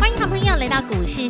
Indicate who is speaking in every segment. Speaker 1: 欢迎好朋友来到股市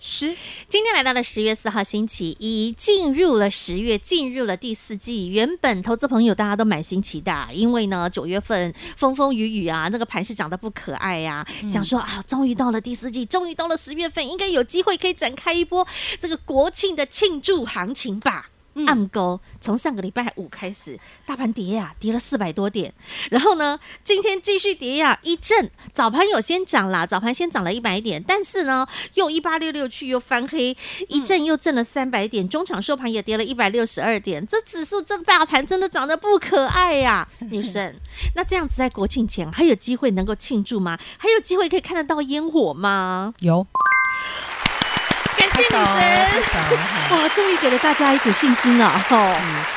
Speaker 2: 师。
Speaker 1: 今天来到了十月四号星期一，进入了十月，进入了第四季。原本投资朋友大家都满心期待，因为呢九月份风风雨雨啊，那个盘是涨得不可爱呀、想说啊，终于到了第四季，终于到了十月份，应该有机会可以展开一波这个国庆的庆祝行情吧。暗沟从上个礼拜五开始，大盘跌呀、跌了四百多点，然后呢，今天继续跌呀、一阵早盘有先涨啦，早盘先涨了一百点，但是呢，又一八六六去又翻黑，一阵又挣了三百点，中场收盘也跌了一百六十二点，这指数这个大盘真的涨得不可爱 呀、女神。那这样子在国庆前还有机会能够庆祝吗？还有机会可以看得到烟火吗？
Speaker 2: 有，
Speaker 1: 感谢女神，
Speaker 2: 拍手拍手嗨
Speaker 1: 哇，终于给了大家一股信心了吼。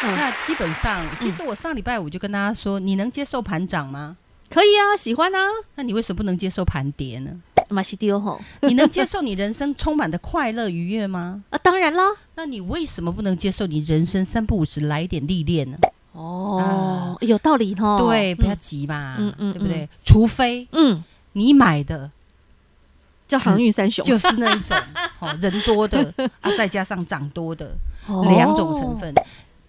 Speaker 1: 嗯
Speaker 2: 那基本上，其实我上礼拜五就跟大家说，你能接受盘涨吗？
Speaker 1: 可以啊，喜欢啊，
Speaker 2: 那你为什么不能接受盘跌呢？
Speaker 1: 马西丢吼
Speaker 2: 你能接受你人生充满的快乐愉悦吗？
Speaker 1: 啊，当然啦，
Speaker 2: 那你为什么不能接受你人生三不五时来一点历练呢？
Speaker 1: 哦，有道理吼，
Speaker 2: 对，
Speaker 1: 嗯
Speaker 2: 不要，急嘛，
Speaker 1: 嗯嗯
Speaker 2: 对不对？除非
Speaker 1: 嗯，
Speaker 2: 你买的
Speaker 1: 叫航运三雄，
Speaker 2: 就是 那一种，哦，人多的啊，再加上涨多的
Speaker 1: 哦
Speaker 2: 两种成，分。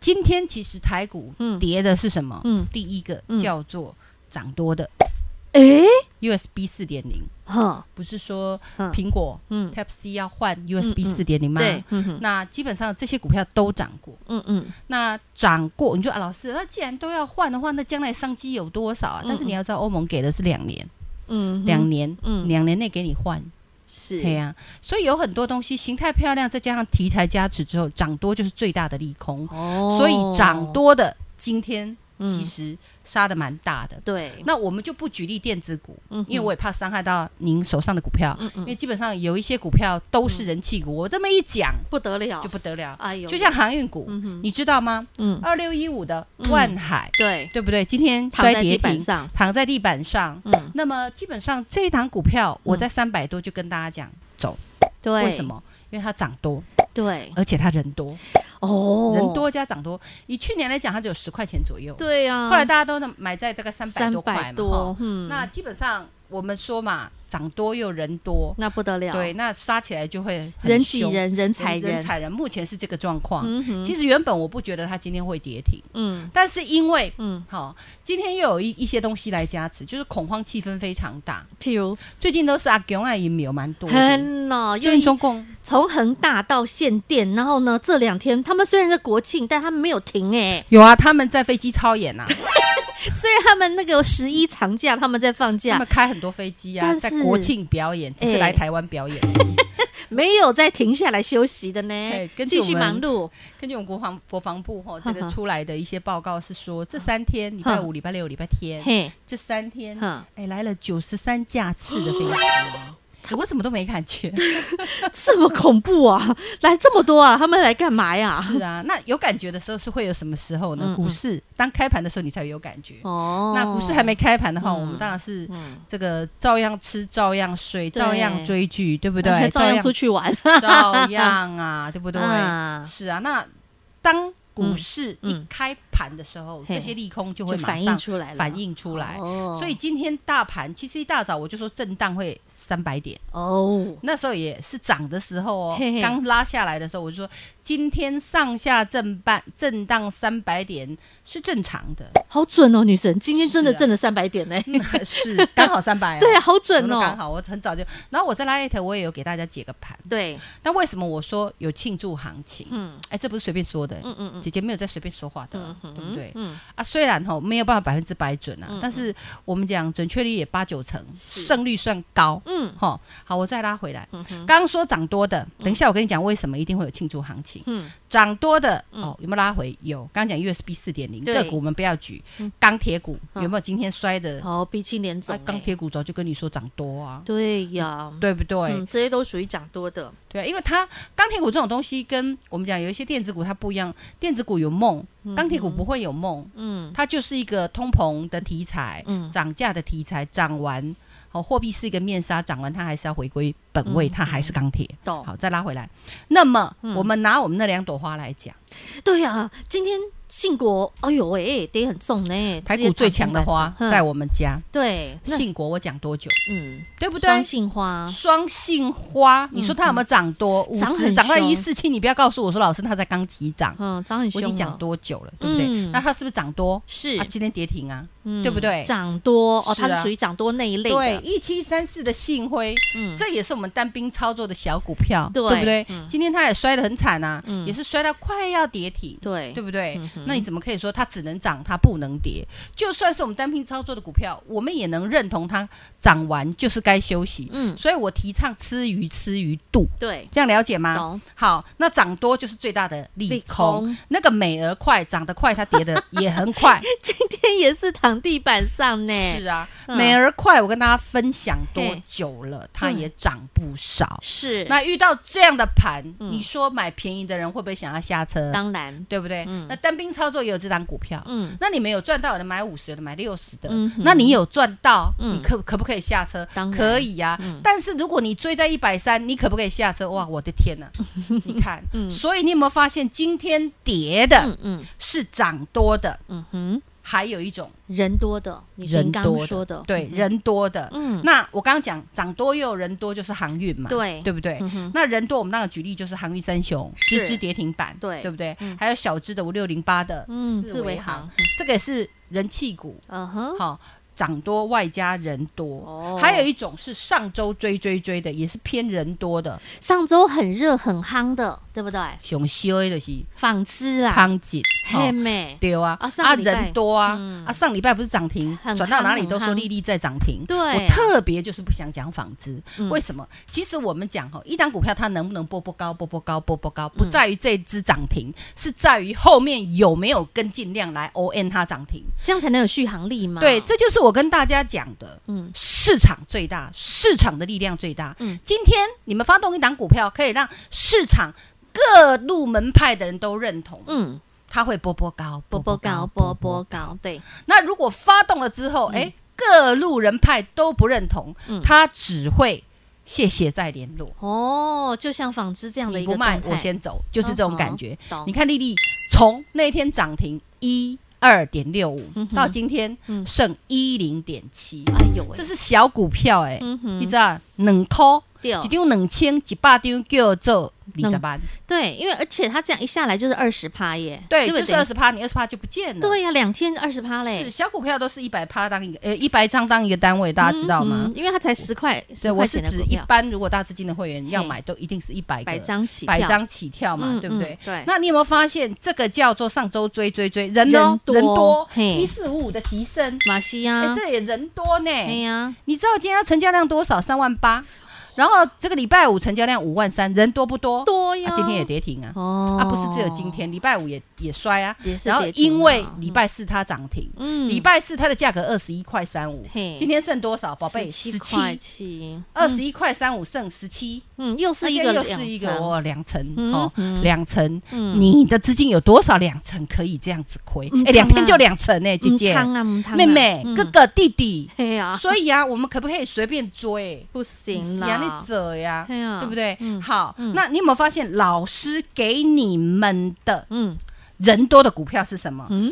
Speaker 2: 今天其实台股
Speaker 1: 嗯
Speaker 2: 跌的是什么？
Speaker 1: 嗯
Speaker 2: 第一个
Speaker 1: 嗯
Speaker 2: 叫做涨多的
Speaker 1: 诶，
Speaker 2: USB 四点零，
Speaker 1: 哼，
Speaker 2: 不是说
Speaker 1: 嗯
Speaker 2: 苹果
Speaker 1: 嗯，
Speaker 2: Type C 要换 USB
Speaker 1: 嗯
Speaker 2: 四点零吗？
Speaker 1: 对，嗯哼
Speaker 2: 那基本上这些股票都涨过，
Speaker 1: 嗯嗯，
Speaker 2: 那涨过你就啊，老师，那既然都要换的话，那将来商机有多少啊？但是
Speaker 1: 嗯
Speaker 2: 你要知道，欧盟给的是两年，
Speaker 1: 嗯，
Speaker 2: 两年，
Speaker 1: 嗯
Speaker 2: 两年内给你换，
Speaker 1: 是，
Speaker 2: 对呀、所以有很多东西形态漂亮，再加上题材加持之后，涨多就是最大的利空。
Speaker 1: 哦
Speaker 2: 所以涨，多的今天
Speaker 1: 嗯
Speaker 2: 其实杀的蛮大的。
Speaker 1: 对，
Speaker 2: 那我们就不举例电子股，
Speaker 1: 嗯哼
Speaker 2: 因为我也怕伤害到您手上的股票，
Speaker 1: 嗯
Speaker 2: 因为
Speaker 1: 嗯，
Speaker 2: 基本上有一些股票都是人气股，我这么一讲
Speaker 1: 不得了
Speaker 2: 就，不得了。
Speaker 1: 哎呦，
Speaker 2: 就像航运股，
Speaker 1: 嗯哼
Speaker 2: 你知道吗？
Speaker 1: 嗯，
Speaker 2: 二六一五的万海，
Speaker 1: 对，
Speaker 2: 对不对？今天
Speaker 1: 躺
Speaker 2: 摔
Speaker 1: 在
Speaker 2: 跌
Speaker 1: 地板
Speaker 2: 停，
Speaker 1: 上，
Speaker 2: 躺在地板上。
Speaker 1: 嗯，
Speaker 2: 那么基本上这一档股票，我在三百多就跟大家讲走。
Speaker 1: 对，
Speaker 2: 为什？么？因为它涨多，
Speaker 1: 对，
Speaker 2: 而且它人多，
Speaker 1: 哦，
Speaker 2: 人，多加涨多。以去年来讲，它只有十块钱左右。
Speaker 1: 对啊，
Speaker 2: 后来大家都能买在大概三百
Speaker 1: 三
Speaker 2: 多块
Speaker 1: 百
Speaker 2: 嘛。
Speaker 1: 多
Speaker 2: 哈，
Speaker 1: 嗯，
Speaker 2: 那基本上我们说嘛，涨多又人多，
Speaker 1: 那不得了，
Speaker 2: 对，，那杀起来就会很
Speaker 1: 啊人挤
Speaker 2: 凶
Speaker 1: 人，人踩
Speaker 2: 人
Speaker 1: 人，
Speaker 2: 踩人。目前是这个状况。
Speaker 1: 嗯哼，
Speaker 2: 其实原本我不觉得它今天会跌停，
Speaker 1: 嗯
Speaker 2: 但是因为
Speaker 1: 嗯，
Speaker 2: 好、今天又有一一些东西来加持，就是恐慌气氛非常大。
Speaker 1: 譬如
Speaker 2: 最近都是阿强啊，也有蛮多的。
Speaker 1: 很哦，
Speaker 2: 因
Speaker 1: 因
Speaker 2: 为
Speaker 1: 为
Speaker 2: 中共
Speaker 1: 从恒大到限电，然后呢，这两天他们虽然在国庆，但他们没有停哎、
Speaker 2: 有啊，他们在飞机操演啊，
Speaker 1: 虽然他们那个十一长假他们在放
Speaker 2: 他
Speaker 1: 假
Speaker 2: 们，开很多飞机啊，
Speaker 1: 但
Speaker 2: 在
Speaker 1: 是
Speaker 2: 国庆表演，只是
Speaker 1: 哎
Speaker 2: 来台湾表演。
Speaker 1: 没有再停下来休息的呢
Speaker 2: 对，根据
Speaker 1: 继
Speaker 2: 我
Speaker 1: 续
Speaker 2: 们
Speaker 1: 忙碌。
Speaker 2: 根据我们国防国防 部吼这
Speaker 1: 哈
Speaker 2: 个
Speaker 1: 哈
Speaker 2: 出来的一些报告是说，这三天 礼拜五、礼拜六、礼拜天
Speaker 1: 嘿，
Speaker 2: 这三天，
Speaker 1: 哈
Speaker 2: 哎来了九十三架次的飞机。 哎我怎么都没感觉？
Speaker 1: 这么恐怖啊！来这么多啊，他们来干嘛呀？
Speaker 2: 是 啊，那有感觉的时候是会有什么时候
Speaker 1: 嗯
Speaker 2: 呢
Speaker 1: 嗯？
Speaker 2: 股市当开盘的时候，你才有感觉。
Speaker 1: 哦，
Speaker 2: 那股市还没开盘的话，
Speaker 1: 嗯
Speaker 2: 我们当然是
Speaker 1: 嗯，
Speaker 2: 这个照样吃，照样睡，
Speaker 1: 对
Speaker 2: 照样追剧，对不
Speaker 1: 对
Speaker 2: 对？
Speaker 1: 照样出去玩，
Speaker 2: 照样，照样啊，对 不对？
Speaker 1: 啊
Speaker 2: 是啊，那当股市
Speaker 1: 嗯
Speaker 2: 一
Speaker 1: 嗯
Speaker 2: 开盘的时候，
Speaker 1: 嘿
Speaker 2: 这些利空就
Speaker 1: 就
Speaker 2: 会马
Speaker 1: 反映
Speaker 2: 上
Speaker 1: 出来了，
Speaker 2: 反映出来。
Speaker 1: 哦
Speaker 2: 所以今天大盘其实一大早我就说震荡会三百点，
Speaker 1: 哦，
Speaker 2: 那时候也是涨的时候哦
Speaker 1: 嘿嘿，
Speaker 2: 刚拉下来的时候我就说今天上下震半震荡三百点是正常 的，
Speaker 1: 好准哦，女神，今天真的
Speaker 2: 是啊
Speaker 1: 挣了三百点呢、
Speaker 2: 那是刚好三百、啊，
Speaker 1: 对啊，好
Speaker 2: 我说
Speaker 1: 准
Speaker 2: 刚
Speaker 1: 哦，
Speaker 2: 好我很早就，然后我在拉 at 我也有给大家解个盘，
Speaker 1: 对，
Speaker 2: 但为什么我说有庆祝行情？
Speaker 1: 嗯
Speaker 2: 哎，这不是随便说的，
Speaker 1: 嗯嗯嗯
Speaker 2: 姐姐没有在随便说话的，
Speaker 1: 嗯嗯哼
Speaker 2: 对不对
Speaker 1: 嗯，
Speaker 2: 啊，虽然吼没有办法百分之百准啊，
Speaker 1: 嗯
Speaker 2: 但是我们讲准确率也八九成，
Speaker 1: 是
Speaker 2: 胜率算高。
Speaker 1: 嗯
Speaker 2: 吼，好，我再拉回来。
Speaker 1: 嗯哼，
Speaker 2: 刚刚说涨多的，等一下我跟你讲为什么一定会有庆祝行情。
Speaker 1: 嗯，
Speaker 2: 涨多的哦，有没有拉回？有。刚刚讲 USB 四点零
Speaker 1: 对
Speaker 2: 个股我们不要举，钢铁股
Speaker 1: 嗯
Speaker 2: 有没有今天摔的？
Speaker 1: 好，鼻青脸肿
Speaker 2: 啊
Speaker 1: 欸，
Speaker 2: 钢铁股早就跟你说涨多啊，
Speaker 1: 对呀，
Speaker 2: 对不对
Speaker 1: 嗯，？这些都属于涨多的，
Speaker 2: 对啊，因为它钢铁股这种东西跟我们讲有一些电子股它不一样，电子股有梦，钢铁股不会有梦，
Speaker 1: 嗯
Speaker 2: 它就是一个通膨的题材，
Speaker 1: 嗯，
Speaker 2: 涨价的题材，涨完。好，货币是一个面纱，涨完它还是要回归本位，
Speaker 1: 嗯
Speaker 2: 它还是钢铁。
Speaker 1: 懂，
Speaker 2: 好，再拉回来。那么，我们拿我们那两朵花来讲，
Speaker 1: 对呀，今天信国，哎呦喂，跌很重呢，
Speaker 2: 台
Speaker 1: 直
Speaker 2: 股
Speaker 1: 接
Speaker 2: 最
Speaker 1: 涨
Speaker 2: 强的
Speaker 1: 停板
Speaker 2: 花
Speaker 1: 上嗯
Speaker 2: 在我们家，
Speaker 1: 对，那
Speaker 2: 信国我讲多久，
Speaker 1: 嗯，
Speaker 2: 对不对
Speaker 1: 双？杏花
Speaker 2: 双杏花，你说它有没有涨多？五
Speaker 1: 嗯涨很
Speaker 2: 十涨到
Speaker 1: 凶
Speaker 2: 一四七，你不要告诉我说老师它才刚急涨，
Speaker 1: 嗯，涨很
Speaker 2: 我
Speaker 1: 凶
Speaker 2: 已
Speaker 1: 了，
Speaker 2: 经讲多久了，对不对
Speaker 1: 嗯？
Speaker 2: 那它是不是涨多？
Speaker 1: 是
Speaker 2: 啊，，今天跌停啊，
Speaker 1: 嗯
Speaker 2: 对不对
Speaker 1: 涨多哦，
Speaker 2: 是
Speaker 1: 它是
Speaker 2: 啊
Speaker 1: 属于涨多那一类
Speaker 2: 对，
Speaker 1: 的，
Speaker 2: 一七三四的信辉，
Speaker 1: 嗯，
Speaker 2: 这也是我们单兵操作的小股票，
Speaker 1: 对
Speaker 2: 不对
Speaker 1: 嗯？
Speaker 2: 今天它也摔得很惨啊
Speaker 1: 嗯，
Speaker 2: 也是摔到快要跌停，
Speaker 1: 对
Speaker 2: 对不对
Speaker 1: 嗯哼？
Speaker 2: 那你怎么可以说它只能涨，它不能跌？就算是我们单兵操作的股票，我们也能认同它涨完就是该休息。
Speaker 1: 嗯，
Speaker 2: 所以我提倡吃鱼吃鱼肚，
Speaker 1: 对，
Speaker 2: 这样了解吗？
Speaker 1: 懂，
Speaker 2: 好，那涨多就是最大的利
Speaker 1: 利
Speaker 2: 空。
Speaker 1: 空
Speaker 2: 那个美而快涨得快，它跌得也很快。
Speaker 1: 今天也是躺地板上 呢，
Speaker 2: 是啊，
Speaker 1: 嗯
Speaker 2: 美而快，我跟大家分享多
Speaker 1: 嘿
Speaker 2: 久了，它
Speaker 1: 嗯
Speaker 2: 也涨不少。
Speaker 1: 是，
Speaker 2: 那遇到这样的盘，
Speaker 1: 嗯
Speaker 2: 你说买便宜的人会不会想要下车？
Speaker 1: 当然，
Speaker 2: 对不对？
Speaker 1: 嗯
Speaker 2: 那单兵操作也有这档股票。
Speaker 1: 嗯，
Speaker 2: 那你没有赚到，有的买五十，有的买六十的
Speaker 1: 嗯哼。
Speaker 2: 那你有赚到，
Speaker 1: 嗯
Speaker 2: 你可可不可以下车
Speaker 1: 当？然
Speaker 2: 可以呀
Speaker 1: 嗯。
Speaker 2: 但是如果你追在一百三，你可不可以下车？哇，我的天 呐！你看
Speaker 1: 嗯，
Speaker 2: 所以你有没有发现今天跌的
Speaker 1: 嗯嗯
Speaker 2: 是涨多的，
Speaker 1: 嗯哼，
Speaker 2: 还有一种
Speaker 1: 人多的，你是
Speaker 2: 人
Speaker 1: 您刚
Speaker 2: 多
Speaker 1: 刚说的，
Speaker 2: 对，人多的。
Speaker 1: 嗯，
Speaker 2: 那我刚刚讲涨多又有人多，就是航运嘛，
Speaker 1: 对
Speaker 2: 对不对？
Speaker 1: 嗯哼，
Speaker 2: 那人多，我们那个举例就是航运三雄，
Speaker 1: 是
Speaker 2: 直支跌停板，
Speaker 1: 对
Speaker 2: 对不对
Speaker 1: 嗯？
Speaker 2: 还有小支的五六零八的
Speaker 1: 嗯，
Speaker 2: 四
Speaker 1: 四
Speaker 2: 维
Speaker 1: 维
Speaker 2: 行
Speaker 1: 行，，
Speaker 2: 这个也是人气股，
Speaker 1: 嗯哼，
Speaker 2: 好涨多外加人多。
Speaker 1: 哦
Speaker 2: 还有一种是上周追追追的，也是偏人多的，
Speaker 1: 上周很热很夯的，对不对？
Speaker 2: 熊修的是
Speaker 1: 纺织啊，
Speaker 2: 康姐，
Speaker 1: 嘿
Speaker 2: 哦
Speaker 1: 妹，
Speaker 2: 对啊，
Speaker 1: 啊上礼拜
Speaker 2: 人多啊
Speaker 1: 嗯，
Speaker 2: 啊上礼拜不是涨停
Speaker 1: 很，夯
Speaker 2: 转到哪里都说
Speaker 1: 很夯
Speaker 2: 丽丽在涨停。
Speaker 1: 对
Speaker 2: 我特别就是不想讲纺织
Speaker 1: 嗯，
Speaker 2: 为什么？其实我们讲哈，一档股票它能不能波波高、波波高、波波高，
Speaker 1: 嗯
Speaker 2: 不在于这一只涨停，是在于后面有没有跟进量来 O N 它涨停。
Speaker 1: 这样才能有续航力嘛？
Speaker 2: 对，这就是我跟大家讲的，
Speaker 1: 啊嗯，
Speaker 2: 市场最大，市场的力量最大。
Speaker 1: 嗯
Speaker 2: 今天你们发动一档股票，可以让市场各路门派的人都认同，
Speaker 1: 嗯，
Speaker 2: 它会波波高，
Speaker 1: 波波高，波波。高，对，
Speaker 2: 那如果发动了之后，哎、各路人派都不认同，
Speaker 1: 嗯
Speaker 2: 它只会谢谢再联络。
Speaker 1: 哦，就像纺织这样的
Speaker 2: 你
Speaker 1: 一个
Speaker 2: 不
Speaker 1: 状态嗯
Speaker 2: 卖，，我先走，就是这种感觉。
Speaker 1: 懂
Speaker 2: 你看丽丽从那天涨停一二点六五
Speaker 1: 嗯哼
Speaker 2: 到今天
Speaker 1: 嗯
Speaker 2: 剩一零点七，
Speaker 1: 哎呦喂，
Speaker 2: 这是小股票哎、
Speaker 1: 嗯哼
Speaker 2: 你知道两块。
Speaker 1: 对哦
Speaker 2: 一张两千，一百张叫做二十万，
Speaker 1: 对，因为而且它这样一下来就是二十趴耶，
Speaker 2: 对，
Speaker 1: 不
Speaker 2: 就是二十趴，你二十趴就不见了。
Speaker 1: 对呀、两天二十趴嘞
Speaker 2: 是，小股票都是一百趴当一个，呃，一百张当一个单位，大家知道吗
Speaker 1: 嗯？嗯因为它才十块，
Speaker 2: 对，
Speaker 1: 十
Speaker 2: 我
Speaker 1: 块
Speaker 2: 是
Speaker 1: 钱的
Speaker 2: 指
Speaker 1: 股
Speaker 2: 一
Speaker 1: 票，嗯
Speaker 2: 般如果大资金的会员要买，都一定是一百
Speaker 1: 百
Speaker 2: 个。
Speaker 1: 张起跳，
Speaker 2: 百张起跳嘛，
Speaker 1: 嗯
Speaker 2: 对不对
Speaker 1: 嗯？对
Speaker 2: 那你有没有发现这个叫做上周追追追人哦，
Speaker 1: 人多
Speaker 2: 人多，
Speaker 1: 嘿
Speaker 2: 一四五五的急升，
Speaker 1: 马西
Speaker 2: 哎，
Speaker 1: 呀，
Speaker 2: 这也人多呢。
Speaker 1: 哎呀，
Speaker 2: 你知道今天它成交量多少？三万八。然后这个礼拜五成交量五万三，人多不多？
Speaker 1: 多呀
Speaker 2: 啊，今天也跌停啊。
Speaker 1: 哦，
Speaker 2: 啊，不是只有今，天，礼拜五也也摔啊
Speaker 1: 也，是
Speaker 2: 然后
Speaker 1: 跌停啊
Speaker 2: 因为礼拜四它涨停，
Speaker 1: 嗯
Speaker 2: 礼拜四它的价格二十一块三五，
Speaker 1: 嘿
Speaker 2: 今天剩多少？宝贝，
Speaker 1: 七
Speaker 2: 十
Speaker 1: 块
Speaker 2: 七，
Speaker 1: 七，
Speaker 2: 二十一块三五剩十七，
Speaker 1: 嗯，又是一个
Speaker 2: 啊
Speaker 1: 两
Speaker 2: 今天又是一个
Speaker 1: 层，
Speaker 2: 哦，两成
Speaker 1: 嗯
Speaker 2: 哦
Speaker 1: 嗯，
Speaker 2: 两成，
Speaker 1: 嗯
Speaker 2: 你的资金有多少两成可以这样子亏
Speaker 1: 嗯？
Speaker 2: 哎，两
Speaker 1: 当
Speaker 2: 天
Speaker 1: 然
Speaker 2: 就两成呢，姐姐、
Speaker 1: 汤啊，母汤啊
Speaker 2: 妹妹、哥，
Speaker 1: 嗯
Speaker 2: 哥、弟弟，
Speaker 1: 嘿呀，
Speaker 2: 所以啊，我们可不可以随便追？
Speaker 1: 不行
Speaker 2: 是啊，
Speaker 1: 啦
Speaker 2: 你，者呀，
Speaker 1: 嘿啊
Speaker 2: 对不对
Speaker 1: 嗯？
Speaker 2: 好
Speaker 1: 嗯，
Speaker 2: 那你有没有发现老师给你们的
Speaker 1: 嗯
Speaker 2: 人多的股票是什么？
Speaker 1: 嗯，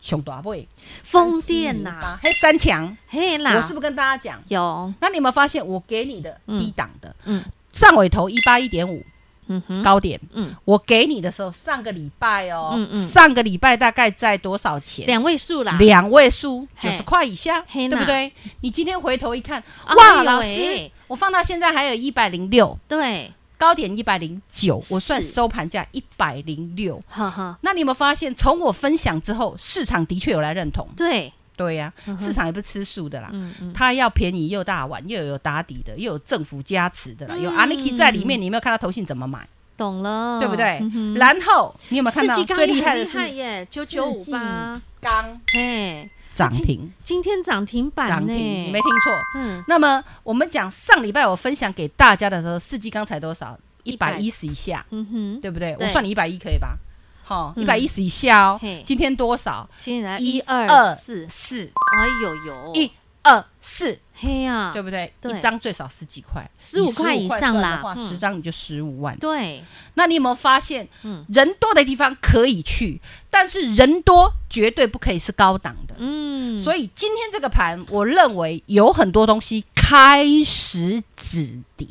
Speaker 2: 熊大位，
Speaker 1: 风电呐，，
Speaker 2: 嘿，三强，
Speaker 1: 嘿啦，
Speaker 2: 我是不是跟大家讲？
Speaker 1: 有，
Speaker 2: 那你有没有发现我给你的
Speaker 1: 嗯
Speaker 2: 低档的
Speaker 1: 嗯
Speaker 2: 上尾头一八一点五
Speaker 1: 嗯哼，
Speaker 2: 高点？
Speaker 1: 嗯，
Speaker 2: 我给你的时候，上个礼拜哦
Speaker 1: 嗯，嗯
Speaker 2: 上个礼拜大概在多少钱？
Speaker 1: 两位数啦，
Speaker 2: 两位数，
Speaker 1: 嘿
Speaker 2: 九十块以下，
Speaker 1: 嘿
Speaker 2: 对
Speaker 1: 呐
Speaker 2: 不对？你今天回头一看，
Speaker 1: 啊哎
Speaker 2: 哇，
Speaker 1: 呦
Speaker 2: 老
Speaker 1: 喂
Speaker 2: 师，我放到现在还有一百零六，
Speaker 1: 对，
Speaker 2: 高点一百零九，我算
Speaker 1: 是
Speaker 2: 收盘价一百零六。
Speaker 1: 哈哈，
Speaker 2: 那你有没有发现，从我分享之后，市场的确有来认同？
Speaker 1: 对，
Speaker 2: 对呀、
Speaker 1: 嗯哼
Speaker 2: 市场也不吃素的啦。
Speaker 1: 嗯嗯，
Speaker 2: 它要便宜又大碗，又有打底的，又有政府加持的啦，有
Speaker 1: 嗯
Speaker 2: Aniki 在里面，你有没有看到投信怎么买，
Speaker 1: 懂了，
Speaker 2: 对不对
Speaker 1: 嗯哼？
Speaker 2: 然后你有没有看
Speaker 1: 四
Speaker 2: 到
Speaker 1: 季
Speaker 2: 最
Speaker 1: 钢
Speaker 2: 厉
Speaker 1: 也
Speaker 2: 害
Speaker 1: 很
Speaker 2: 的
Speaker 1: 厉害
Speaker 2: 是
Speaker 1: 耶，九九五八，
Speaker 2: 钢
Speaker 1: 哎，
Speaker 2: 涨停，
Speaker 1: 今天涨停板
Speaker 2: 涨
Speaker 1: 呢，
Speaker 2: 停，你没听错。
Speaker 1: 嗯，
Speaker 2: 那么我们讲上礼拜我分享给大家的时候，四季钢才多少？一百一十以下，
Speaker 1: 嗯哼，
Speaker 2: 对不对？
Speaker 1: 对
Speaker 2: 我算你一百一可以吧？好，
Speaker 1: 嗯
Speaker 2: 一百一十以下哦
Speaker 1: 嘿。
Speaker 2: 今天多少？
Speaker 1: 今天来
Speaker 2: 一
Speaker 1: 一二
Speaker 2: 二
Speaker 1: 四，
Speaker 2: 四
Speaker 1: 哎呦呦，
Speaker 2: 一二四，
Speaker 1: 嘿呀
Speaker 2: 对，不对？
Speaker 1: 啊对
Speaker 2: 一张最少十几块，
Speaker 1: 15块
Speaker 2: 你15
Speaker 1: 以上啦
Speaker 2: 算的话
Speaker 1: 嗯
Speaker 2: 十张你就十五万。
Speaker 1: 对，
Speaker 2: 那你有没有发现
Speaker 1: 嗯，
Speaker 2: 人多的地方可以去，但是人多绝对不可以是高档的。
Speaker 1: 嗯，
Speaker 2: 所以今天这个盘，我认为有很多东西开始止跌。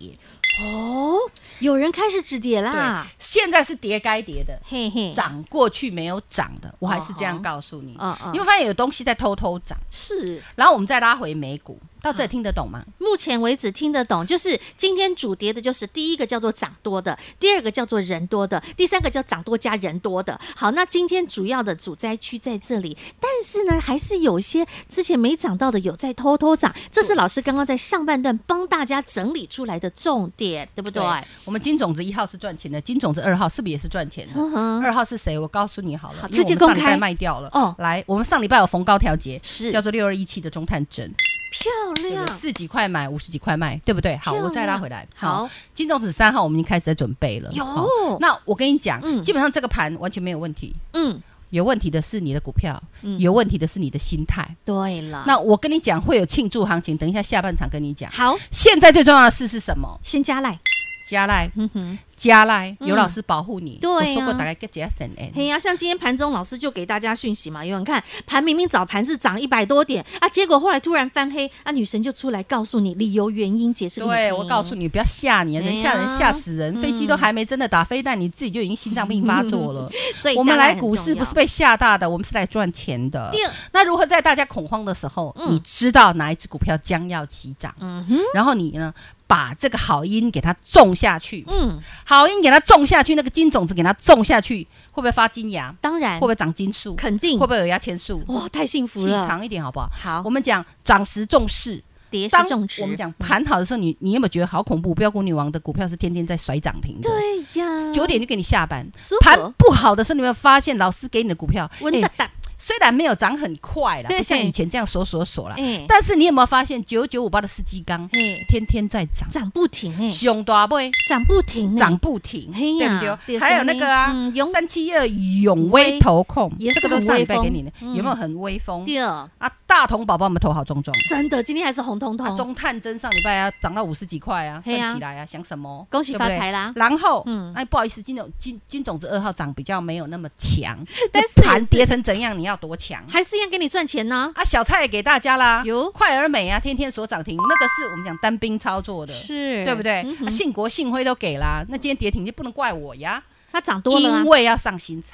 Speaker 1: 哦，有人开始止跌
Speaker 2: 对
Speaker 1: 啦，，
Speaker 2: 现在是跌该跌的，
Speaker 1: 嘿嘿，
Speaker 2: 涨过去没有涨的，我还是这样告诉你。
Speaker 1: 嗯嗯
Speaker 2: 你会发现有东西在偷偷涨，
Speaker 1: 是，
Speaker 2: 然后我们再拉回美股，到
Speaker 1: 嗯
Speaker 2: 这里听得懂吗？
Speaker 1: 目前为止听得懂，就是今天主跌的就是第一个叫做涨多的，第二个叫做人多的，第三个叫涨多加人多的。好，那今天主要的主灾区在这里，但是呢，还是有些之前没涨到的有在偷偷涨，这是老师刚刚在上半段帮大家整理出来的重点，对不对？
Speaker 2: 我们金种子一号是赚钱的，金种子二号是不是也是赚钱的？
Speaker 1: 嗯哼，
Speaker 2: 二号是谁？我告诉你好了，
Speaker 1: 好
Speaker 2: 因为
Speaker 1: 直接
Speaker 2: 我们上
Speaker 1: 公
Speaker 2: 礼
Speaker 1: 开
Speaker 2: 拜卖掉了。
Speaker 1: 哦
Speaker 2: 来，我们上礼拜有逢高调节，
Speaker 1: 是
Speaker 2: 叫做六二一七的中探针，
Speaker 1: 漂
Speaker 2: 对不
Speaker 1: 亮
Speaker 2: 对，四几块买，五十几块卖，对不对？好，
Speaker 1: 漂亮
Speaker 2: 我再拉回来。
Speaker 1: 啊好，
Speaker 2: 金种子三号我们已经开始在准备了。
Speaker 1: 有
Speaker 2: 好那我跟你讲，
Speaker 1: 嗯
Speaker 2: 基本上这个盘完全没有问题，
Speaker 1: 嗯，
Speaker 2: 有问题的是你的股票，
Speaker 1: 嗯
Speaker 2: 有问题的是你的心态。
Speaker 1: 对了，
Speaker 2: 那我跟你讲，会有庆祝行情，等一下下半场跟你讲。
Speaker 1: 好，
Speaker 2: 现在最重要的事是什么？
Speaker 1: 先加赖，
Speaker 2: 加赖，
Speaker 1: 嗯哼。
Speaker 2: 加赖，
Speaker 1: 嗯
Speaker 2: 有老师保护你。
Speaker 1: 对啊
Speaker 2: 我说过大概给加省 N。
Speaker 1: 嘿呀、像今天盘中老师就给大家讯息嘛，有人看盘明明早盘是涨一百多点啊，结果后来突然翻黑啊，女神就出来告诉你理由、原因、解释给你
Speaker 2: 对，我告诉
Speaker 1: 你，
Speaker 2: 你，不要吓你，人吓人
Speaker 1: 哎呀
Speaker 2: 吓死人，飞机都还没真的打飞弹，你自己就已经心脏病发 作了。
Speaker 1: 所以
Speaker 2: 我们
Speaker 1: 加赖
Speaker 2: 来
Speaker 1: 很
Speaker 2: 股市
Speaker 1: 重
Speaker 2: 不
Speaker 1: 要
Speaker 2: 是被吓大的，我们是来赚钱的
Speaker 1: 对。
Speaker 2: 那如何在大家恐慌的时候，
Speaker 1: 嗯
Speaker 2: 你知道哪一只股票将要起涨，
Speaker 1: 嗯哼，
Speaker 2: 然后你呢把这个好因给它种下去，
Speaker 1: 嗯，
Speaker 2: 好因给它种下去，那个金种子给它种下去，会不会发金芽？
Speaker 1: 当然
Speaker 2: 会不会长金树？
Speaker 1: 嗯肯定
Speaker 2: 会不会有牙签树？
Speaker 1: 哇，太幸福
Speaker 2: 气
Speaker 1: 了，
Speaker 2: 长一点好不好？
Speaker 1: 好
Speaker 2: 我，们讲涨时重视，
Speaker 1: 跌是
Speaker 2: 当
Speaker 1: 重值，嗯
Speaker 2: 我们讲盘好的时候，你你有没有觉得好恐怖？标股女王的股票是天天在甩涨停的，
Speaker 1: 对啊呀，
Speaker 2: 九点就给你下班。
Speaker 1: 舒服
Speaker 2: 盘不好的时候，你有没有发现老师给你的股票，
Speaker 1: 稳
Speaker 2: 哎
Speaker 1: 哒哒，
Speaker 2: 虽然没有涨很快啦，
Speaker 1: 嘿嘿
Speaker 2: 不像以前这样锁锁锁啦，
Speaker 1: 哎
Speaker 2: 但是你有没有发现九九五八的司机缸
Speaker 1: 嘿，
Speaker 2: 天天在涨，
Speaker 1: 涨不停哎，
Speaker 2: 熊大背
Speaker 1: 涨不停哎，
Speaker 2: 涨不停，
Speaker 1: 嘿
Speaker 2: 对
Speaker 1: 呀
Speaker 2: 不对？
Speaker 1: 对
Speaker 2: 还有那个啊
Speaker 1: 什么呢嗯永，
Speaker 2: 三七二永威投控，
Speaker 1: 也
Speaker 2: 这
Speaker 1: 是
Speaker 2: 个都
Speaker 1: 很
Speaker 2: 上礼
Speaker 1: 威风
Speaker 2: 拜给你的，
Speaker 1: 嗯
Speaker 2: 有没有很威风
Speaker 1: 第二，
Speaker 2: 啊？大同宝宝们投好中中，
Speaker 1: 真的今天还是红彤
Speaker 2: 啊
Speaker 1: 彤，
Speaker 2: 中探针上礼拜啊涨到五十几块啊，
Speaker 1: 哦嘿
Speaker 2: 奋
Speaker 1: 啊
Speaker 2: 起来啊，想什么？
Speaker 1: 恭喜
Speaker 2: 对不对
Speaker 1: 发财啦
Speaker 2: 然后，
Speaker 1: 嗯
Speaker 2: 嗯，哎，不好意思，金种金金种子二号涨比较没有那么强，
Speaker 1: 但
Speaker 2: 那
Speaker 1: 是也
Speaker 2: 盘
Speaker 1: 是
Speaker 2: 跌成怎样，你要多强？
Speaker 1: 还是一样给你赚钱呢，
Speaker 2: 啊，小菜也给大家啦，
Speaker 1: 有
Speaker 2: 快而美啊，天天所涨停，那个是我们讲单兵操作的，
Speaker 1: 是
Speaker 2: 对不对？
Speaker 1: 嗯哼
Speaker 2: 啊，信国信辉都给啦，那今天跌停就不能怪我呀，
Speaker 1: 它涨多了啊
Speaker 2: 因。为要上新菜，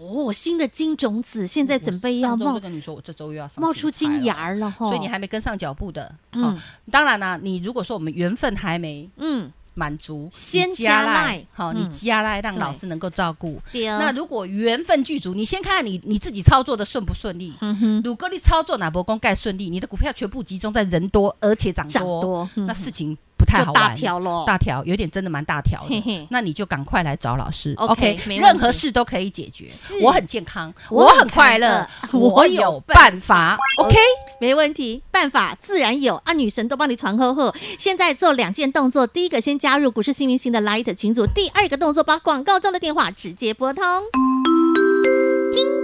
Speaker 1: 哦，新的金种子现在准备要
Speaker 2: 我上周
Speaker 1: 哎冒
Speaker 2: 就跟你说，我这周又要上
Speaker 1: 冒出
Speaker 2: 新菜
Speaker 1: 金
Speaker 2: 了
Speaker 1: 芽，儿了哈，
Speaker 2: 所以你还没跟上脚步的，
Speaker 1: 嗯
Speaker 2: 嗯，当然啦、你如果说我们缘分还没
Speaker 1: 嗯，
Speaker 2: 满足，
Speaker 1: 先
Speaker 2: 你
Speaker 1: 加赖
Speaker 2: 好，
Speaker 1: 嗯
Speaker 2: 你加赖让
Speaker 1: 对
Speaker 2: 老师能够照顾。
Speaker 1: 对啊，
Speaker 2: 那如果缘分具足，你先看看你你自己操作的顺不顺利。
Speaker 1: 嗯哼，
Speaker 2: 如果你操作哪波公盖顺利，你的股票全部集中在人多而且涨
Speaker 1: 涨
Speaker 2: 多，
Speaker 1: 多，嗯
Speaker 2: 那事情不太
Speaker 1: 就
Speaker 2: 好
Speaker 1: 大
Speaker 2: 玩。
Speaker 1: 条喽，
Speaker 2: 大条有点真的蛮大条
Speaker 1: 嘿
Speaker 2: 的
Speaker 1: 嘿，
Speaker 2: 那你就赶快来找老师。
Speaker 1: OK，没问题
Speaker 2: 任何事都可以解决
Speaker 1: 是。
Speaker 2: 我很健康，
Speaker 1: 我
Speaker 2: 我
Speaker 1: 很
Speaker 2: 很快乐，
Speaker 1: 快乐我
Speaker 2: 我
Speaker 1: 有
Speaker 2: 有办法。OK，
Speaker 1: 没问题，办法自然有啊，女神都帮你传呵呵。现在做两件动作，第一个先加入股市新明星的 Light 群组，第二个动作把广告中的电话直接拨通。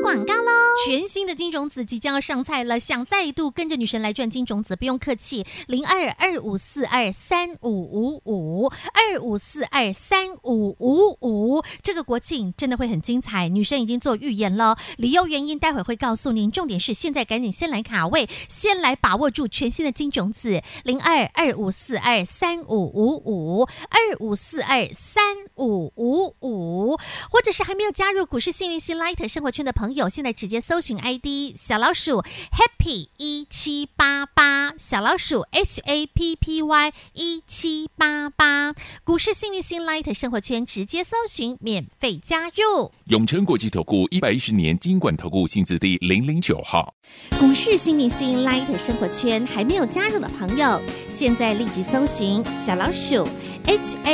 Speaker 1: 广告喽！全新的金种子即将要上菜了，想再度跟着女神来赚金种子，不用客气，零二二五四二三五五五二五四二三五五五。这个国庆真的会很精彩，女神已经做预言了，理由原因待会会告诉您。重点是现在赶紧先来卡位，先来把握住全新的金种子，零二二五四二三五五五二五四二三五五五，或者是还没有加入股市幸运星 Light 生活圈。圈的朋友，现在直接搜寻 ID 小老鼠 Happy 一七八八，小老鼠 H A P P Y 一七八八，股市幸运星 Light 生活圈直接搜寻免费加入。
Speaker 3: 永诚国际投顾一百一十年金管投顾新字第零零九号，
Speaker 1: 股市新明星 Light 生活圈还没有加入的朋友，现在立即搜寻小老鼠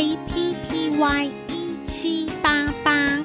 Speaker 1: HAPPY 一七八八，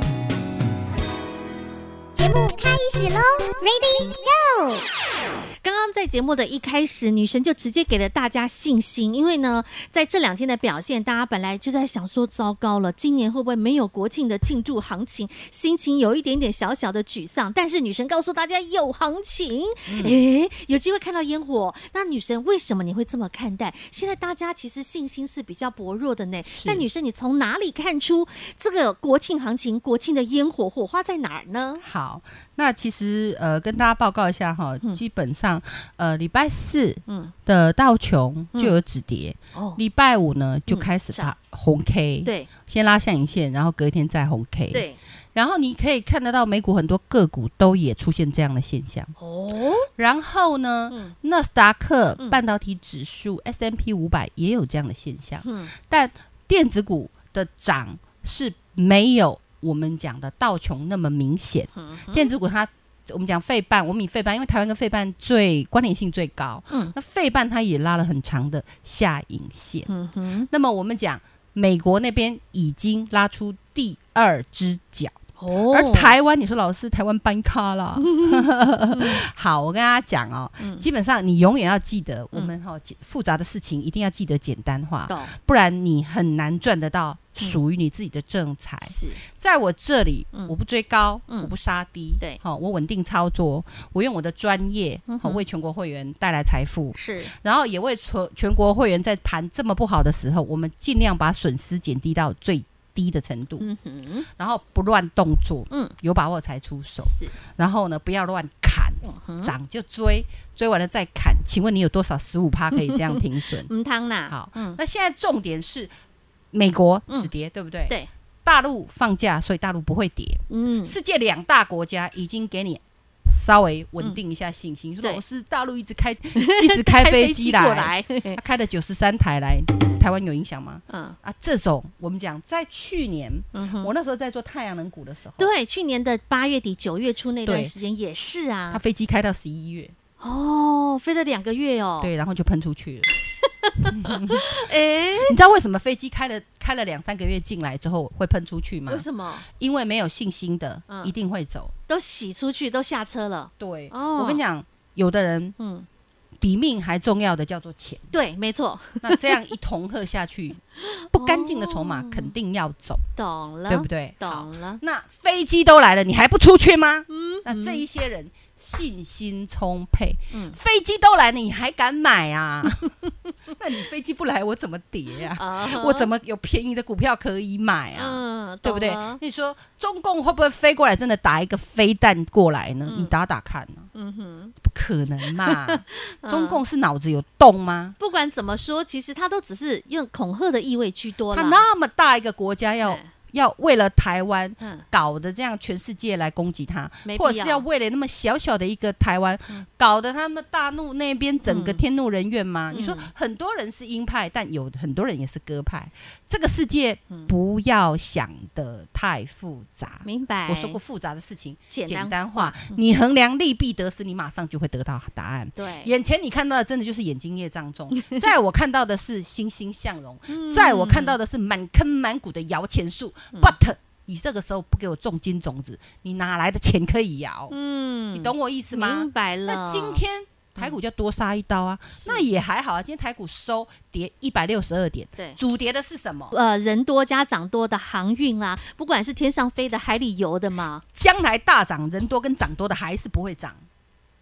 Speaker 4: 节目开始喽，Ready Go！
Speaker 1: 刚刚在节目的一开始，女神就直接给了大家信心，因为呢，在这两天的表现，大家本来就在想说，糟糕了，今年会不会没有国庆的庆祝行情？心情有一点点小小的沮丧。但是女神告诉大家有行情，诶、有机会看到烟火。那女神为什么你会这么看待？现在大家其实信心是比较薄弱的呢。但女神，你从哪里看出这个国庆行情、国庆的烟火火花在哪儿呢？
Speaker 2: 好，那其实呃，跟大家报告一下哈，基本上呃，礼拜四
Speaker 1: 嗯
Speaker 2: 的道琼就有止跌，
Speaker 1: 哦，
Speaker 2: 礼拜五呢就
Speaker 1: 嗯
Speaker 2: 开始
Speaker 1: 涨
Speaker 2: 发红 K，，
Speaker 1: 对
Speaker 2: 先拉下影线，然后隔一天再红 K，，
Speaker 1: 对，
Speaker 2: 然后你可以看得到美股很多个股都也出现这样的现象。
Speaker 1: 哦，
Speaker 2: 然后呢，
Speaker 1: 嗯
Speaker 2: 纳斯达克
Speaker 1: 嗯
Speaker 2: 半导体指数 S M P 五百也有这样的现象，
Speaker 1: 嗯。
Speaker 2: 但电子股的涨是没有我们讲的道琼那么明显。
Speaker 1: 嗯哼
Speaker 2: 电子股它我们讲费半，我们以费半，因为台湾跟费半最关联性最高，
Speaker 1: 嗯
Speaker 2: 那费半它也拉了很长的下影线。
Speaker 1: 嗯哼，
Speaker 2: 那么我们讲美国那边已经拉出第二只脚。
Speaker 1: 哦
Speaker 2: 而台湾，你说老师，台湾搬咖啦。
Speaker 1: 嗯
Speaker 2: 好，我跟大家讲哦，基本上你永远要记得，我们哈、简复杂的事情一定要记得简单化，
Speaker 1: 懂
Speaker 2: 不然你很难赚得到属于你自己的正财。
Speaker 1: 是
Speaker 2: 在我这里，
Speaker 1: 嗯
Speaker 2: 我不追高，
Speaker 1: 嗯
Speaker 2: 我不杀低，
Speaker 1: 对
Speaker 2: 好、我稳定操作，我用我的专业，好、
Speaker 1: 嗯哼
Speaker 2: 为全国会员带来财富。
Speaker 1: 是，
Speaker 2: 然后也为全全国会员在盘这么不好的时候，我们尽量把损失减低到最低的程度。
Speaker 1: 嗯哼，
Speaker 2: 然后不乱动作，
Speaker 1: 嗯
Speaker 2: 嗯，有把握才出手。
Speaker 1: 是，
Speaker 2: 然后呢，不要乱砍，
Speaker 1: 嗯哼，？
Speaker 2: 涨就追，追完了再砍。请问你有多少十五趴可以这样停损
Speaker 1: 嗯汤啦，
Speaker 2: 好
Speaker 1: 嗯，
Speaker 2: 那现在重点是美国
Speaker 1: 嗯
Speaker 2: 止跌，对不对？
Speaker 1: 对，
Speaker 2: 大陆放假，所以大陆不会跌。
Speaker 1: 嗯，
Speaker 2: 世界两大国家已经给你。稍微稳定一下信心，说
Speaker 1: 嗯对
Speaker 2: 老师，大陆一直开 一 直开飞机来，
Speaker 1: 过来，
Speaker 2: 他开了九十三台来，台湾有影响吗？
Speaker 1: 嗯
Speaker 2: 啊，这种我们讲在去年，
Speaker 1: 嗯哼，
Speaker 2: 我那时候在做太阳能股的时候，
Speaker 1: 对，去年的八月底九月初那段
Speaker 2: 对
Speaker 1: 时间也是
Speaker 2: 他
Speaker 1: 啊，
Speaker 2: 飞机开到十一月，
Speaker 1: 哦，飞了两个月哦，，
Speaker 2: 对，然后就喷出去了。
Speaker 1: 哎，
Speaker 2: 你知道为什么飞机开了开了两三个月进来之后会喷出去吗
Speaker 1: 为？什么
Speaker 2: 因为没有信心的、
Speaker 1: 嗯
Speaker 2: 一定会走。
Speaker 1: 都洗出去都下车了？
Speaker 2: 对，
Speaker 1: 哦
Speaker 2: 我跟你讲，有的人
Speaker 1: 嗯，
Speaker 2: 比命还重要的叫做钱。
Speaker 1: 对，没错，
Speaker 2: 那这样一同喝下去，不干净的筹码肯定要走，
Speaker 1: 哦懂了，
Speaker 2: 对不？对？好。
Speaker 1: 懂了，
Speaker 2: 那飞机都来了，你还不出去吗？那这一些人信心充沛，
Speaker 1: 嗯
Speaker 2: 飞机都来了，你还敢 买啊？那你飞机不来，我怎么跌呀、
Speaker 1: 啊哈
Speaker 2: 我怎么有便宜的股票可以买啊？
Speaker 1: 嗯，
Speaker 2: 对不对
Speaker 1: 懂了？
Speaker 2: 你说中共会不会飞过来，真的打一个飞弹过来呢？
Speaker 1: 嗯
Speaker 2: 你打打看呢、
Speaker 1: 嗯哼，
Speaker 2: 不可能嘛
Speaker 1: ！嗯
Speaker 2: 中共是脑子有洞吗？
Speaker 1: 不管怎么说，其实他都只是用恐吓的意味居多
Speaker 2: 他
Speaker 1: 啦嗯
Speaker 2: 那么大一个国家要，要
Speaker 1: 哎
Speaker 2: 为了台湾
Speaker 1: 嗯，
Speaker 2: 搞得这样，全世界来攻击他
Speaker 1: 没，必要
Speaker 2: 或者是要为了那么小小的一个台湾，搞得他们大陆那边整个
Speaker 1: 嗯
Speaker 2: 天怒人怨吗？
Speaker 1: 嗯
Speaker 2: 你说很多人是鹰派，但有很多人也是鸽派。这个世界不要想得太复杂。
Speaker 1: 嗯明白？
Speaker 2: 我说过，复杂的事情
Speaker 1: 简单嗯
Speaker 2: 简单化，你衡量利弊得失，你马上就会得到答案。
Speaker 1: 对，
Speaker 2: 眼前你看到的真的就是眼睛业障重， 在我看到的是欣欣向荣，
Speaker 1: 嗯
Speaker 2: 在我看到的是满坑满谷的摇钱树。But 你这个时候不给我种金种子，你哪来的钱可以摇？
Speaker 1: 嗯，
Speaker 2: 你懂我意思吗
Speaker 1: 明？白了。
Speaker 2: 那今天台股就多杀一刀啊，那也还好啊。今天台股收跌一百六十二点，
Speaker 1: 对
Speaker 2: 主跌的是什么？
Speaker 1: 呃人多家长多的航运啦、不管是天上飞的、海里游的嘛，
Speaker 2: 将来大涨人多跟涨多的还是不会涨，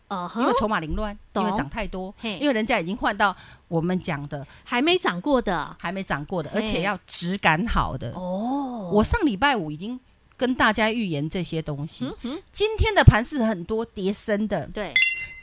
Speaker 1: 呃
Speaker 2: 因为
Speaker 1: 哼，
Speaker 2: 筹码凌乱，因
Speaker 1: 懂
Speaker 2: 为涨太多，
Speaker 1: 嘿
Speaker 2: 因为人家已经换到我们讲的
Speaker 1: 还没涨过的
Speaker 2: 还没涨过的，
Speaker 1: 嘿
Speaker 2: 而且要质感好的。
Speaker 1: 哦，
Speaker 2: 我上礼拜五已经跟大家预言这些东西
Speaker 1: 嗯，嗯，
Speaker 2: 今天的盘是很多叠升的，
Speaker 1: 对，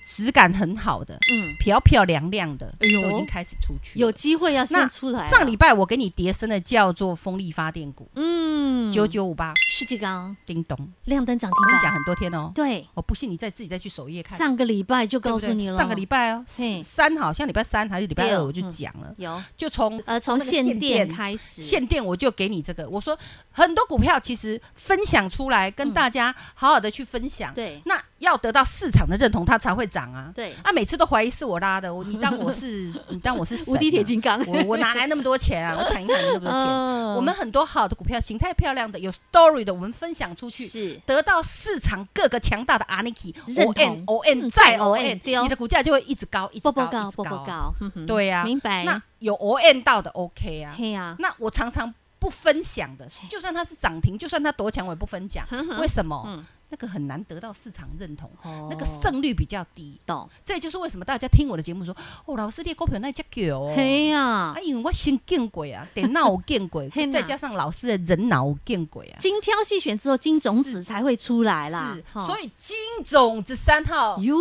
Speaker 2: 质感很好的，
Speaker 1: 嗯，
Speaker 2: 漂漂亮亮的，
Speaker 1: 哎呦
Speaker 2: 都已经开始出去了。
Speaker 1: 有机会要先出来了。啊
Speaker 2: 上礼拜我给你叠升的叫做风力发电股
Speaker 1: 嗯，
Speaker 2: 九九五八，
Speaker 1: 世纪刚
Speaker 2: 叮咚，我
Speaker 1: 亮灯涨
Speaker 2: 跟
Speaker 1: 停
Speaker 2: 你讲
Speaker 1: 板，
Speaker 2: 很多天哦，
Speaker 1: 对，
Speaker 2: 我不信你再自己再去首页看，
Speaker 1: 上个礼拜就
Speaker 2: 对不
Speaker 1: 告诉
Speaker 2: 对
Speaker 1: 你了，
Speaker 2: 上个礼拜哦，
Speaker 1: 嘿
Speaker 2: 三好像礼拜三还是礼拜
Speaker 1: 对
Speaker 2: 二
Speaker 1: 哦
Speaker 2: 我就讲了，
Speaker 1: 有
Speaker 2: 就从
Speaker 1: 呃从
Speaker 2: 那个
Speaker 1: 限电
Speaker 2: 电
Speaker 1: 开始，
Speaker 2: 限电我就给你这个，我说很多股票其实分享出来跟大家好好的去分享，
Speaker 1: 嗯对
Speaker 2: 那要得到市场的认同，它才会涨啊。
Speaker 1: 对
Speaker 2: 啊，每次都怀疑是我拉的，我你当 我是你当我是神啊
Speaker 1: 无敌铁金刚，
Speaker 2: 我我哪来那么多 钱啊？我抢银行那么多钱？
Speaker 1: 嗯
Speaker 2: 我们很多好的股票，形态漂亮的，有 story 的，我们分享出去，
Speaker 1: 是
Speaker 2: 得到市场各个强大的 Aniki
Speaker 1: 认
Speaker 2: O
Speaker 1: 同
Speaker 2: N O
Speaker 1: 嗯
Speaker 2: N 再
Speaker 1: 再
Speaker 2: O
Speaker 1: ON
Speaker 2: N，
Speaker 1: 对哦
Speaker 2: 你的股价就会一直高，一直
Speaker 1: 波
Speaker 2: 高，
Speaker 1: 波
Speaker 2: 一
Speaker 1: 高，
Speaker 2: 直
Speaker 1: 波波高，哎哼哼
Speaker 2: 对呀、
Speaker 1: 明白，
Speaker 2: 那有 O N 到的 OK 啊。
Speaker 1: 嘿呀，
Speaker 2: 那我常常不分享的，就算它是涨停，就算它多强，我也不分享。为什么？
Speaker 1: 嗯
Speaker 2: 那个很难得到市场认同，
Speaker 1: 哦
Speaker 2: 那个胜率比较低。
Speaker 1: 懂，
Speaker 2: 这也就是为什么大家听我的节目说，哦，老师列股票那只狗、哦。
Speaker 1: 嘿呀
Speaker 2: 啊，，因为我先见鬼啊，电脑有见鬼
Speaker 1: 嘿，呐
Speaker 2: 再加上老师的人脑有见鬼啊，
Speaker 1: 精挑细选之后，金种子才会出来啦
Speaker 2: 是，，
Speaker 1: 哈
Speaker 2: 所以金种子三号
Speaker 1: 哟，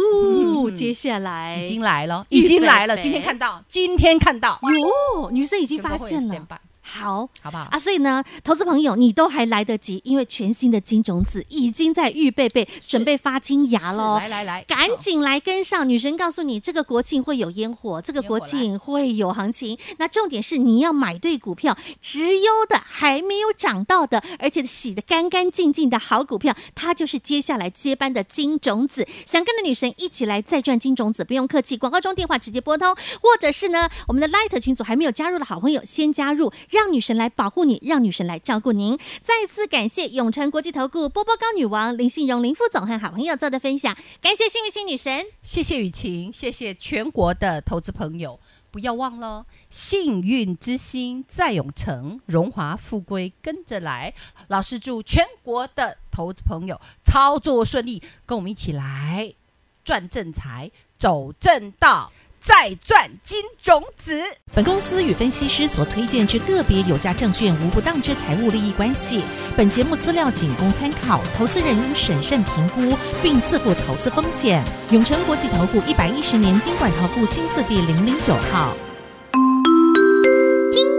Speaker 1: 接下来
Speaker 2: 已经来了，
Speaker 1: 预备
Speaker 2: 已经来了，
Speaker 1: 备
Speaker 2: 今天看到，今天看到，
Speaker 1: 哟，女生已经
Speaker 2: 全
Speaker 1: 发
Speaker 2: 部会
Speaker 1: 现
Speaker 2: stand
Speaker 1: 了，
Speaker 2: by，
Speaker 1: 好。
Speaker 2: 好不好？
Speaker 1: 啊，所以呢，投资朋友，你都还来得及，因为全新的金种子已经在预备备准备发青芽
Speaker 2: 是
Speaker 1: 喽
Speaker 2: 来。来来，
Speaker 1: 赶
Speaker 2: 好
Speaker 1: 紧来跟上！女神告诉你，这个国庆会有烟火，这个国庆会有行情。那重点是你要买对股票，直优的还没有涨到的，而且洗得干干净净的好股票，它就是接下来接班的金种子。想跟着女神一起来再赚金种子，不用客气，广告中电话直接拨通，或者是呢，我们的 Light 群组还没有加入的好朋友，先加入，让女神来保护你，让女神来照顾您。再次感谢永诚国际投顾波波高女王林信荣林副总和好朋友做的分享，感谢幸运星女神。
Speaker 2: 谢谢雨晴，谢谢全国的投资朋友，不要忘了，幸运之星在永城，荣华富贵跟着来。老师祝全国的投资朋友操作顺利，跟我们一起来赚正财，走正道，再赚金种子。
Speaker 5: 本公司与分析师所推荐之个别有价证券无不当之财务利益关系。本节目资料仅供参考，投资人应审慎评估并自负投资风险。永诚国际投顾一百一十年经管投顾新字第零零九号。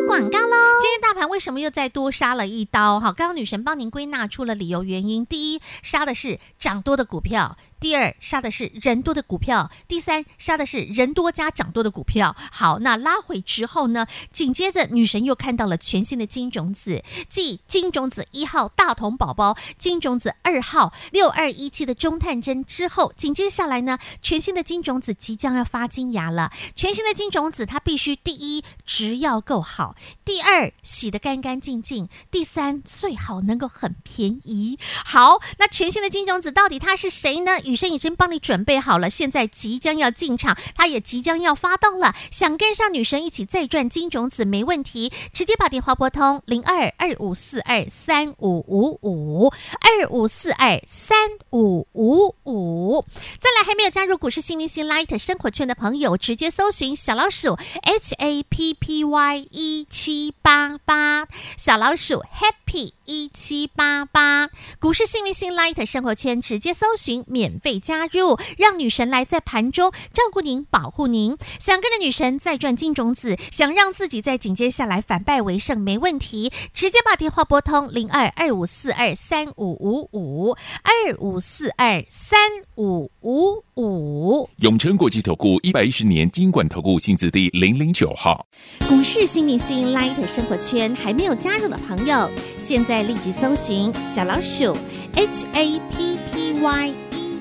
Speaker 1: 广告喽！今天大盘为什么又再多杀了一刀？好，刚刚女神帮您归纳出了理由原因：第一，杀的是涨多的股票；第二，杀的是人多的股票；第三，杀的是人多加涨多的股票。好，那拉回之后呢？紧接着女神又看到了全新的金种子，即金种子一号大同宝宝、金种子二号六二一七的中探针之后，紧接下来呢，全新的金种子即将要发金芽了。全新的金种子，它必须第一植要够好，第二洗得干干净净，第三最好能够很便宜。好，那全新的金种子到底它是谁呢？雨生已经帮你准备好了，现在即将要进场，它也即将要发动了。想跟上女神一起再赚金种子没问题，直接把电话拨通零二二五四二三五五五二五四二三五五五。再来，还没有加入股市新明星 Light 生活圈的朋友，直接搜寻小老鼠 H A P P Y 一七八八，小老鼠 Happy 一七八八，股市新明星 Light 生活圈直接搜寻，免费加入，让女神来在盘中照顾您、保护您。想跟着女神再赚金种子，想让自己在紧接下来反败为胜，没问题，直接把电话拨通零二二五四二三五五五二五四二三五五五。
Speaker 3: 永诚国际投顾一百一十年金管投顾新字第零零九号。
Speaker 1: 股市新明星 Light 生活圈还没有加入的朋友，现在立即搜寻小老鼠 HAPPY 一